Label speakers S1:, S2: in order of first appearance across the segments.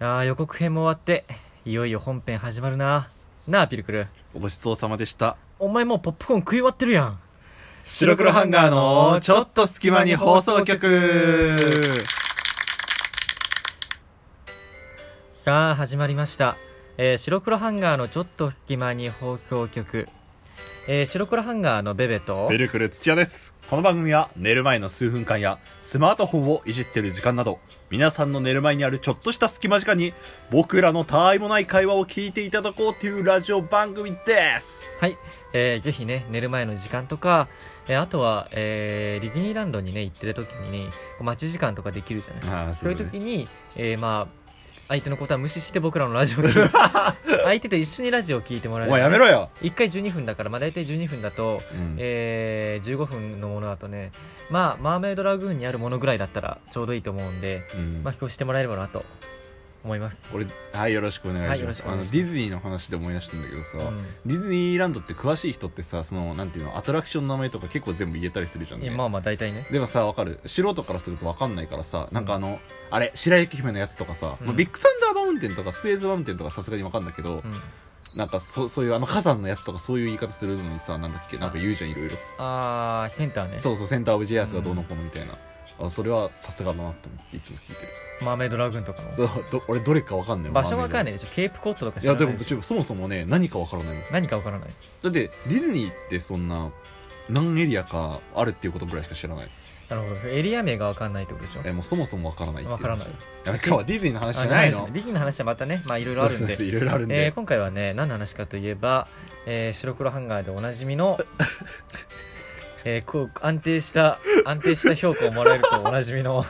S1: あー予告編も終わっていよいよ本編始まるななあピルクル
S2: ごちそうさまでした。
S1: お前もうポップコーン食い終わってるやん
S2: 白黒ハンガーのちょっと隙間に放送局
S1: さあ始まりました、えー白黒ハンガーのちょっと隙間に放送局、えー白黒ハンガーのベベと
S2: ベルクル土屋です。この番組は寝る前の数分間やスマートフォンをいじってる時間など、皆さんの寝る前にあるちょっとした隙間時間に僕らのたわいもない会話を聞いていただこうというラジオ番組です。
S1: はい、えーぜひね寝る前の時間とか、えーあとは、えーディズニーランドにね行ってる時にねこう待ち時間とかできるじゃない
S2: ああ、
S1: そういう時に、えーまあ相手のことは無視して僕らのラジオを 聞いて相手と一緒にラジオを聞いてもらえ
S2: おいやめろよ、
S1: 1回12分だから、まあ、大体12分だと、えー15分のものだとねまあマーメイドラグーンにあるものぐらいだったらちょうどいいと思うんで、
S2: うん
S1: まあ、そうしてもらえればなと思います、
S2: 俺はいよろしくお願いします,、
S1: はいよろしくお
S2: あ
S1: 願
S2: の
S1: いし
S2: デ
S1: ます
S2: ィズニーの話で思い出したんだけどさ、
S1: うん
S2: ディズニーランドって詳しい人ってさそのなんていうのアトラクションの名前とか結構全部言えたりするじゃん、
S1: い
S2: ね
S1: やまあまあ大体ね
S2: でもさわかる素人からするとわかんないからさなんかあの、あれ白雪姫のやつとかさ、
S1: うん
S2: まあビッグサンダーマウンテンとかスペースマウンテンとかさすがにわかんだけ
S1: う、
S2: ど
S1: ん
S2: なんかそそういうあの火山のやつとかそういう言い方するのにさなんだっけなんか言うじゃんいろいろ
S1: あーセンターね
S2: そうそうセンターオブジェアスがどうのこうのみたいな、あそれはさすがだなと思っていつも聞いてる
S1: マーメイドラグーンとかの
S2: そうど俺どれかわかんない
S1: 場所わかんない
S2: い
S1: でしょケープコットとか
S2: い
S1: 知ら
S2: や
S1: ないで
S2: でも
S1: しょ
S2: ちょそもそもね何かわからないもん
S1: 何かわからない
S2: だってディズニーってそんな何エリアかあるっていうことぐらいしか知らない
S1: なるほどエリア名がわかんないってことでしょ
S2: えもうそもそもわからないってう
S1: わからない
S2: やめ今日はディズニーの話じゃ
S1: あ
S2: ない
S1: ご
S2: の
S1: めんなさディズニーの話はまたねまあいろいろ
S2: そ
S1: あ
S2: う
S1: る
S2: そ
S1: ん
S2: う
S1: で
S2: そういろいろあるん
S1: えー
S2: で、
S1: 今回はね何の話かといえば、えー白黒ハンガーでおなじみの、 えーこう安定した安定した評価をもらえるとおなじみ の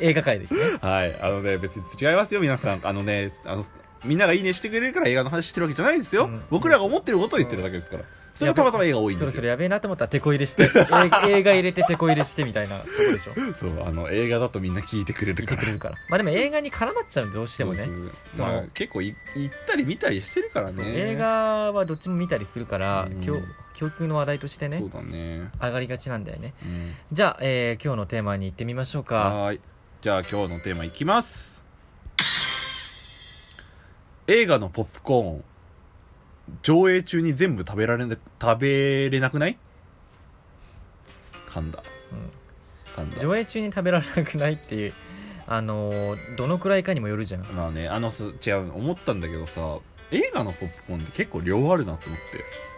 S1: 映画界ですね
S2: はいあのね別に違いますよ皆さんあのねあのみんながいいねしてくれるから映画の話してるわけじゃないです
S1: う
S2: よ、
S1: ん
S2: 僕らが思ってることを言ってるだけですから、それはたまたま映画多いん
S1: そ
S2: で
S1: ろ
S2: す
S1: そ
S2: よ
S1: ろやべえなと思ったらテコ入れ してえー映画入れてテコ入れしてみたいなところでしょ
S2: そうあの映画だとみんな聞いてくれる
S1: 聞いて
S2: から
S1: くれるからまあでも映画に絡まっちゃうんでどうしてもね
S2: そうそうそう
S1: そう
S2: まあ、結構い行ったり見たりしてるから
S1: そう
S2: ね
S1: 映画はどっちも見たりするから、
S2: うん
S1: 共共通の話題としてね
S2: そうだね、
S1: 上がりがちなんだよね
S2: うん
S1: じゃあ、えー今日のテーマに行ってみましょうか
S2: はーいじゃあ今日のテーマいきます映画のポップコーン上映中に全部食べられな食べれなくない噛んだ、
S1: うん
S2: 噛んだ
S1: 上映中に食べられなくないっていうあのーどのくらいかにもよるじゃん
S2: まあねあのす違う思ったんだけどさ映画のポップコーンって結構量あるなと思って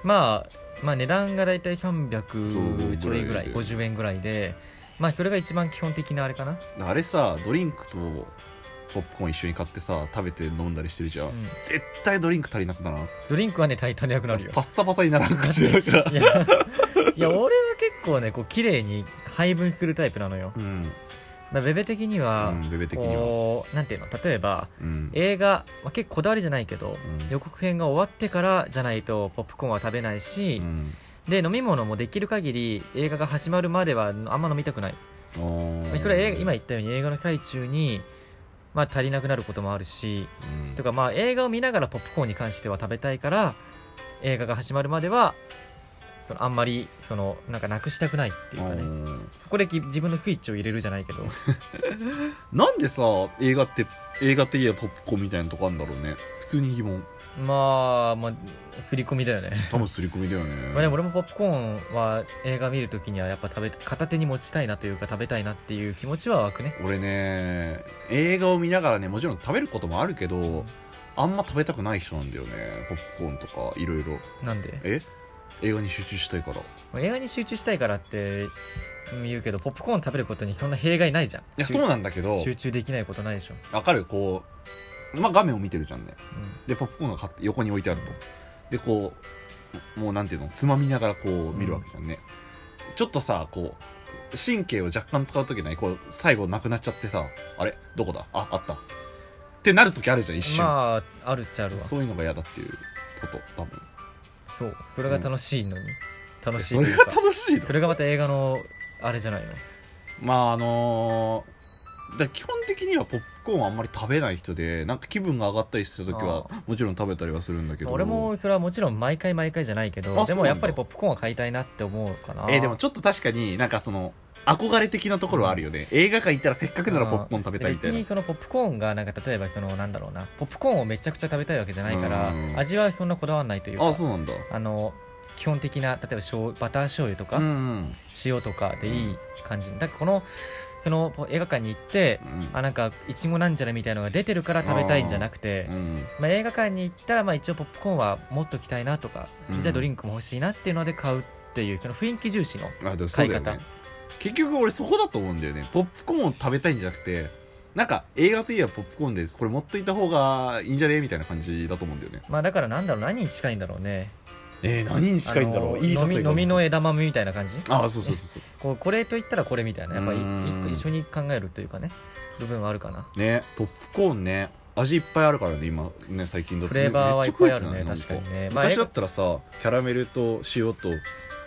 S1: まあまあ値段が大体
S2: そう
S1: 300ちょいぐらい
S2: ぐらいで
S1: 50円ぐらいでまあそれが一番基本的なあれかな
S2: あれさドリンクとポップコーン一緒に買ってさ食べて飲んだりしてるじゃん、
S1: うん
S2: 絶対ドリンク足りなくならん
S1: ドリンクはね大体なくなるよ
S2: パスタパサにならん口だから
S1: いやいや俺は結構ねこう綺麗に配分するタイプなのよ
S2: うん、
S1: だからベベ的には、
S2: うん、ベベ的には、
S1: こうなんていうの例えば
S2: うん、
S1: 映画、まあ、結構こだわりじゃないけど、
S2: うん
S1: 予告編が終わってからじゃないとポップコーンは食べないし
S2: う、ん
S1: で飲み物もできる限り映画が始まるまではあんま飲みたくない
S2: あー
S1: それは映画今言ったように映画の最中に、まあ、足りなくなることもあるし
S2: うん
S1: とかまあ映画を見ながらポップコーンに関しては食べたいから映画が始まるまではそのあんまりそのなんかなくしたくないっていうか
S2: う
S1: ね
S2: ん
S1: そこでき自分のスイッチを入れるじゃないけど
S2: なんでさ映画って映画っていえばポップコーンみたいなとこあるんだろうね普通に疑問
S1: まあまあ刷り込みだよね
S2: 多分刷り込みだよね
S1: まあでも俺もポップコーンは映画見るときにはやっぱ食べ片手に持ちたいなというか食べたいなっていう気持ちは湧くね
S2: 俺ね映画を見ながらねもちろん食べることもあるけどあんま食べたくない人なんだよねポップコーンとかいろいろ
S1: なんで
S2: え映画に集中したいからい
S1: 映画に集中したいからってうん言うけどポップコーン食べることにそんな弊害ないじゃん
S2: や
S1: 集
S2: そうなんだけど
S1: 集中できないことないでしょ、
S2: わかるこう、まあ、画面を見てるじゃんね
S1: う
S2: でポップコーンが買って横に置いてあるとでこうもうなんていうのつまみながらこう見るわけじゃんね、ちょっとさこう神経を若干使う時ないこう最後なくなっちゃってさあれどこだああったってなる時あるじゃん一
S1: ん、
S2: 瞬、
S1: まああるっちゃあるわそ
S2: そういうのが嫌だっていうこと多分
S1: うそれが楽しいのに、楽しい
S2: そ
S1: と
S2: れ
S1: いう
S2: が
S1: か
S2: 楽しいの
S1: それがまた映画のあれじゃないの
S2: まああのーだから基本的にはポップコーンはあんまり食べない人でなんか気分が上がったりした時はもちろん食べたりはするんだけど
S1: 俺もそれはもちろん毎回毎回じゃないけ
S2: あ
S1: どで
S2: そうなん
S1: も
S2: だ
S1: やっぱりポップコーンは買いたいなって思うかな
S2: えーでもちょっと確かになんかその憧れ的なところはあるよね、映画館行ったらせっかくならポップコーン食べたいみたい
S1: 別
S2: な
S1: にそのポップコーンがなんか例えばそのなんだろうなポップコーンをめちゃくちゃ食べたいわけじゃないから
S2: うん
S1: 味はそんなこだわらないというか
S2: あそうなんだ
S1: あの基本的な例えば醤バター醤油とか、
S2: うんうん
S1: 塩とかでいい感じだからこのその映画館に行って
S2: うん
S1: あなんかいちごなんじゃらみたいのが出てるから食べたいんじゃなくて
S2: うん
S1: まあ、映画館に行ったらまあ一応ポップコーンは持っときたいなとか、
S2: うん
S1: じゃあドリンクも欲しいなっていうので買うっていうその雰囲気重視の
S2: あでもそうだよ
S1: 買い
S2: ね結局俺そこだと思うんだよねポップコーンを食べたいんじゃなくてなんか映画といえばポップコーンですこれ持っといた方がいいんじゃねみたいな感じだと思うんだよね
S1: まあだからなんだろう何に近いんだろうね
S2: えー、何に近いんだろ
S1: あ
S2: う
S1: の
S2: いい例え
S1: 飲み
S2: が
S1: 飲みの枝豆みたいな感じ
S2: ああそうそうそうそ
S1: こうこれといったらこれみたいなやっぱり
S2: うん
S1: 一個一緒に考えるというかね部分はあるかな
S2: うねポップコーンね味いっぱいあるからね今ね最近だと
S1: フレーバーはいっぱいあるね
S2: めっち
S1: 確
S2: ゃ増えて
S1: かにね
S2: なん
S1: まあ
S2: 昔だったらさキャラメルと塩と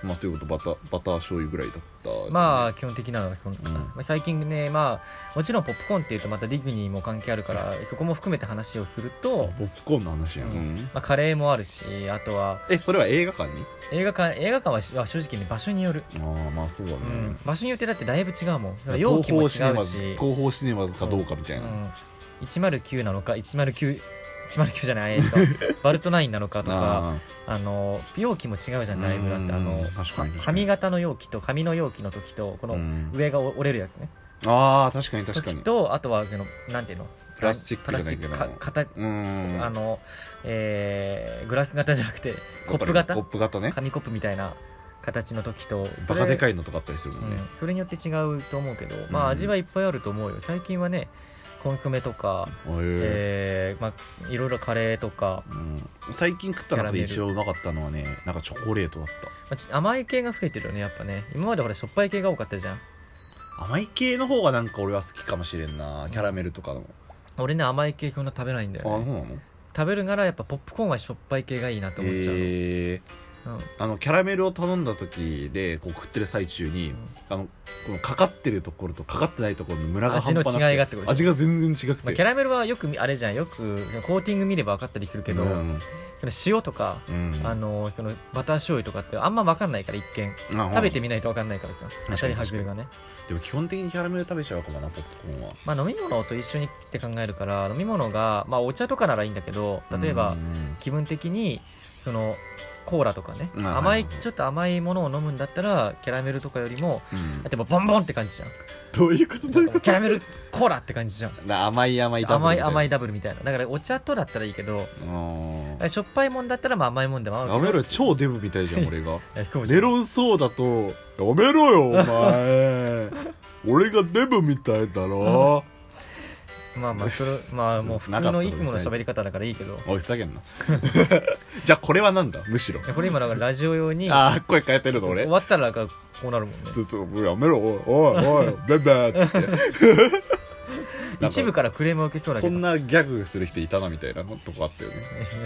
S2: まあということバターバター醤油ぐらいだったよね、
S1: まあ基本的なのはそんな、
S2: うん
S1: まあ、最近ねまあもちろんポップコーンっていうとまたディズニーも関係あるからそこも含めて話をする
S2: あ
S1: と、
S2: ポップコーンの話やん、
S1: うん
S2: うん
S1: まあ、カレーもあるしあとは
S2: えそれは映画館に
S1: 映画館映画館はしは正直ね場所による
S2: ああまあそうだね、
S1: うん、場所によってだってだいぶ違うもん
S2: まあ
S1: 容器も違う
S2: 東
S1: し
S2: 宝シネマズ東宝シネマズかどうかみたい
S1: う
S2: な、
S1: ん、109なのか109109じゃないえっと バルトナインなのかとか
S2: あ
S1: あの容器も違うじゃんだいぶだって
S2: うん
S1: あの
S2: 確かに確かに
S1: は紙型の容器と紙の容器の時とこ
S2: ー、
S1: の
S2: うん
S1: 上が折れるやつね、
S2: あー確かに確か
S1: 時
S2: に
S1: とあとはそのなんていうの
S2: プラスチックじゃないけど
S1: プラスチックか型
S2: うーん
S1: あの、えーグラス型じゃなくてコップ
S2: やっ
S1: 型
S2: ぱりコップ型ね
S1: 紙コップみたいな形の時と
S2: バカで
S1: い
S2: かいのとかあったりするもんね、
S1: うんそれによって違うと思うけど、ま
S2: うん
S1: あ、味はいっぱいあると思うよ最近はねコンソメとか、
S2: あへー
S1: えーまあ、いろいろカレーとか、
S2: うん、最近食った中で一応うまかったのはねなんかチョコレートだっ
S1: まあち甘い系が増えてるよねやっぱね今までほらしょっぱい系が多かったじゃん
S2: た甘い系の方がなんか俺は好きかもしれんなキャラメルとかの、
S1: 俺ね甘い系そんな食べないんだ
S2: あそう
S1: よ、
S2: な
S1: ね、
S2: の
S1: 食べるならやっぱポップコーンはしょっぱい系がいいなと思っちゃう、
S2: えー
S1: うん
S2: あのキャラメルを頼んだ時でこう食ってる最中に、あのこのかかってるところとかかってないところのムラが半端な
S1: 味
S2: くて
S1: の違いがってことでしょ
S2: 味が全然違く
S1: まあ、
S2: て、
S1: キャラメルはよくみあれじゃんよくコーティング見れば分かったりするけど、
S2: うん
S1: その塩とか、
S2: うん
S1: あのそのバター醤油とかってあんま分かんないから一見食
S2: 食
S1: べてみないと分かんないからさ当たり外れがね
S2: でも基本的にキャラメル食べちゃうかもなポップコーンは
S1: まあ、飲み物と一緒にって考えるから飲み物が、まあ、お茶とかならいいんだけど例えば
S2: うん
S1: 気分的にそのコーラとかね
S2: あー
S1: 甘い
S2: はいはい
S1: ちょっと甘いものを飲むんだったらキャラメルとかよりも
S2: うん
S1: 例えばボンボンって感 じじゃん
S2: どういうことどういうこ
S1: キャラ
S2: と
S1: メルコーラって感じじゃん
S2: な甘い甘いダブ
S1: 甘
S2: ルみ
S1: い
S2: た
S1: 甘いダブルみたいなだからお茶とだったらいいけど
S2: うん
S1: しょっぱいもんだったらまあ甘いもんでも合うけど
S2: やめろよ超デブみたいじゃ ん俺が
S1: えそうじゃん
S2: メロンソーダとやめろよお 前俺がデブみたいだろ
S1: まあまあそれまあもう普通
S2: なか
S1: の
S2: った
S1: いつもの喋り方だからいいけど
S2: おいふざけんな じゃあこれはなんだむしろ
S1: いやこれ今だからラジオ用に
S2: ああ声変えてるの
S1: そう
S2: 俺
S1: 終わったらなんかこうなるもんね
S2: そうそうやめろおい おいおいベンベーっつ ってなんか
S1: 一部からクレームを受けそうだけ
S2: こ
S1: ど
S2: んなギャグする人いたなみたいなとこあったよね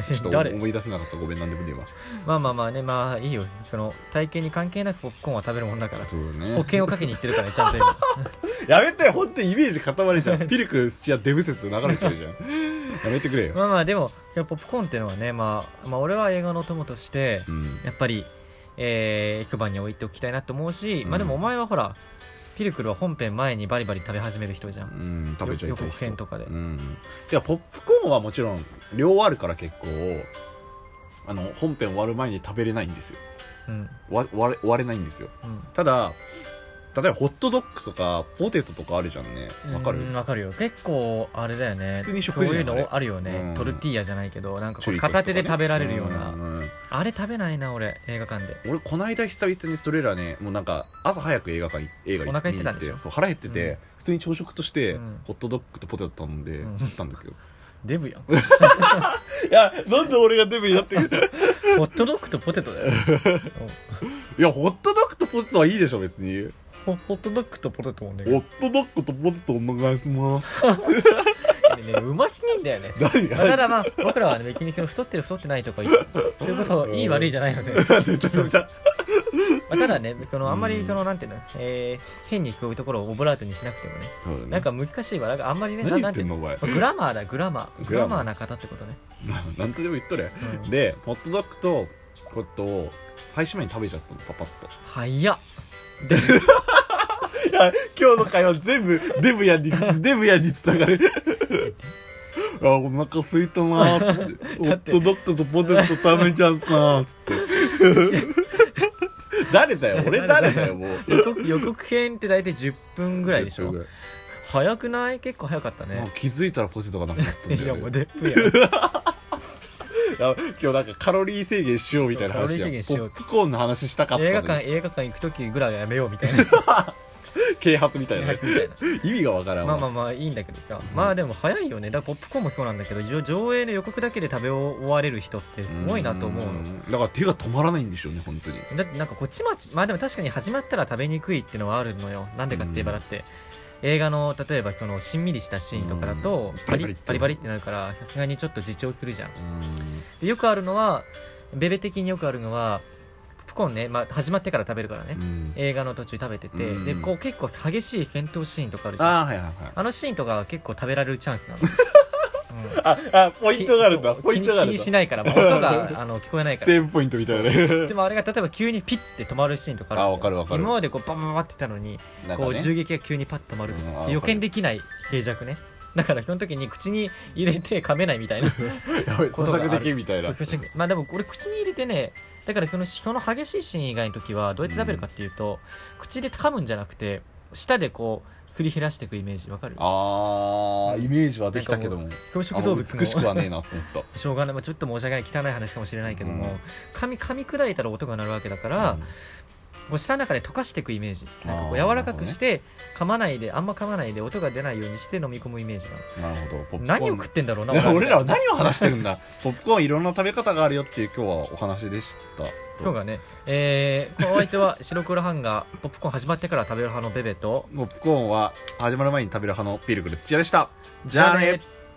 S2: ちょっと
S1: 誰
S2: 思い出せなかったごめんなんでもねえわ
S1: まあまあまあねまあいいよその体型に関係なくポップコーンは食べるもんだから
S2: そうだ
S1: 保険をかけに行ってるからねちゃんと今
S2: やめて本当にイメージ固まるじゃんピルクスチアデブ説流れちゃうじ ゃんやめてくれよ
S1: まあまあでもそのポップコーンっていうのはね、まあ、まあ俺は映画のお供として
S2: うん
S1: やっぱりえーそばに置いておきたいなと思うし、まあでもお前はほらピルクルは本編前にバリバリ食べ始める人じゃ
S2: うんん食べちゃい
S1: よ
S2: たい
S1: 予告編
S2: 人
S1: とかで、
S2: うんではポップコーンはもちろん量あるから結構あの本編終わる前に食べれないんですよ
S1: うん
S2: わ割れ割れないんですよ
S1: うん
S2: ただ例えばホットドッグとかポテトとかあるじゃんねわかる
S1: うんわかるよ結構あれだよね
S2: 普通に食事
S1: そういう
S2: なのね
S1: のあるよね、
S2: うん
S1: トルティーヤじゃないけどなんかこ
S2: チュ
S1: れ
S2: リトスとかね
S1: 片手で食べられるような、
S2: んん
S1: あれ食べないな俺映画館で
S2: 俺この間久々にそれらねもうなんか朝早く映画館い映画
S1: お腹減ってたんですよ
S2: 見に行そう腹減ってて、
S1: うん
S2: 普通に朝食として、
S1: うん
S2: ホットドッグとポテト頼んで
S1: うん
S2: 食ったんだけど、
S1: デブやん
S2: いやなんで俺がデブになってくる
S1: ホットドッグとポテトだよ
S2: いやホットドッグとポテトはいいでしょ別に
S1: ホホットドッグとポテトもね
S2: ホットドッグとポテトお願いします
S1: ねうますぎんだよね
S2: 何
S1: まあた
S2: が
S1: だまあ僕らは、ね、別にその太ってる太ってないとか言うそういうこといい悪いじゃないので、 まあ、ただねそのあんまりそのなんていうの、えー変にそういうところをオブラートにしなくてもねなんか難しいわなんかあんまりねな
S2: 何言
S1: な
S2: っ
S1: んていう
S2: て
S1: んの
S2: のお前
S1: グラマーだグラマー
S2: グ
S1: グ
S2: ラマー
S1: ラマーな方ってことね、
S2: 何とでも言っとれ
S1: うん
S2: でホットドッグとポテトを配信前に食べちゃったのパパッと
S1: 早っ
S2: あ今日の会話全部 デブやにデブやにつながるあお腹すいたなーっつ って
S1: だ
S2: ホッ
S1: って
S2: トドッグとポテト食べちゃったなーっつって 誰だよ俺誰だよもう
S1: 予 告予告編って大体10分ぐらいでしょ早くない結構早かった
S2: もう
S1: ね
S2: 気づいたらポテトがなくなったんだよ、ね、
S1: いや もうデップや
S2: いや今日なんかカロリー制限しようみたいな
S1: そう
S2: 話
S1: カロ
S2: や
S1: リー制限しよう
S2: ポップコーンの話したかった
S1: 映画
S2: のに
S1: 館映画館行く時ぐらいはやめようみたいな
S2: 啓発みたいな
S1: や
S2: ね
S1: つ みたい
S2: 意味がわか
S1: な
S2: ら
S1: んまあまあ
S2: あ
S1: まあいいんだけどさ、まあでも早いよねだからポップコーンもそうなんだけどじょ上映の予告だけで食べ終われる人ってすごいなと思うの
S2: だから手が止まらないんでしょうね本当に
S1: だってなんかこっちまちまあでも確かに始まったら食べにくいっていうのはあるのよなんでかって言えば
S2: うん
S1: だって映画の例えばそのしんみりしたシーンとかだと
S2: うん
S1: バリ
S2: バリバリって
S1: バリバリってなるからさすがにちょっと自重するじゃんでよくあるのはベベ的によくあるのはポップコーンね、まあ、始まってから食べるからね、
S2: うん
S1: 映画の途中食べてて、
S2: うん
S1: でこう結構激しい戦闘シーンとかあるじゃん
S2: ああはいはいはい
S1: あのシーンとかは結構食べられるチャンスなの。うん
S2: ああポイントがあるんだ
S1: そう
S2: ポイントがあ
S1: 気
S2: るん
S1: に気にし
S2: だ
S1: ないから、まあ音があの聞こえないから。
S2: セーブポイントみたいなね
S1: でもあれが例えば急にピッて止まるシーンとか
S2: あ
S1: あ
S2: わかるわかる
S1: 今までこうババババって言ったのに、
S2: なん
S1: こ
S2: か
S1: う
S2: ね
S1: 銃撃が急にパッと止まる
S2: うんあわかる
S1: 予見できない静寂ねだからその時に口に入れて噛めないみ たいな
S2: やばい
S1: ことがある
S2: 咀嚼できるみたいな
S1: そうそうまあでも俺口に入れてねだからそのその激しいシーン以外の時はどうやって食べるかっていうと、口で噛むんじゃなくて舌でこうすり減らしていくイメージわかる
S2: ああイメージはできたけども
S1: 草
S2: あ
S1: 食
S2: も
S1: 動
S2: う
S1: 物の
S2: 美しくはねえなと思った
S1: しょうがない、まあ、ちょっと申し訳ない汚い話かもしれないけども、
S2: うん
S1: 噛み噛み砕いたら音が鳴るわけだから、
S2: うん
S1: こう舌の中で溶かしていくイメージなんかこう
S2: あー
S1: 柔らかくして、噛まないであんま噛まないで音が出ないようにして飲み込むイメージなの
S2: なるほどポップコーン
S1: 何を食ってんだろうない
S2: や 俺らは
S1: みたい
S2: 何を話してるんだ ポップコーンいろんな食べ方があるよっていう今日はお話でした
S1: なそうかねえー、このお相手は白黒ハンガーポップコーン始まってから食べる派のベベと
S2: ポップコーンは始まる前に食べる派のピールクル土屋でしたじゃあね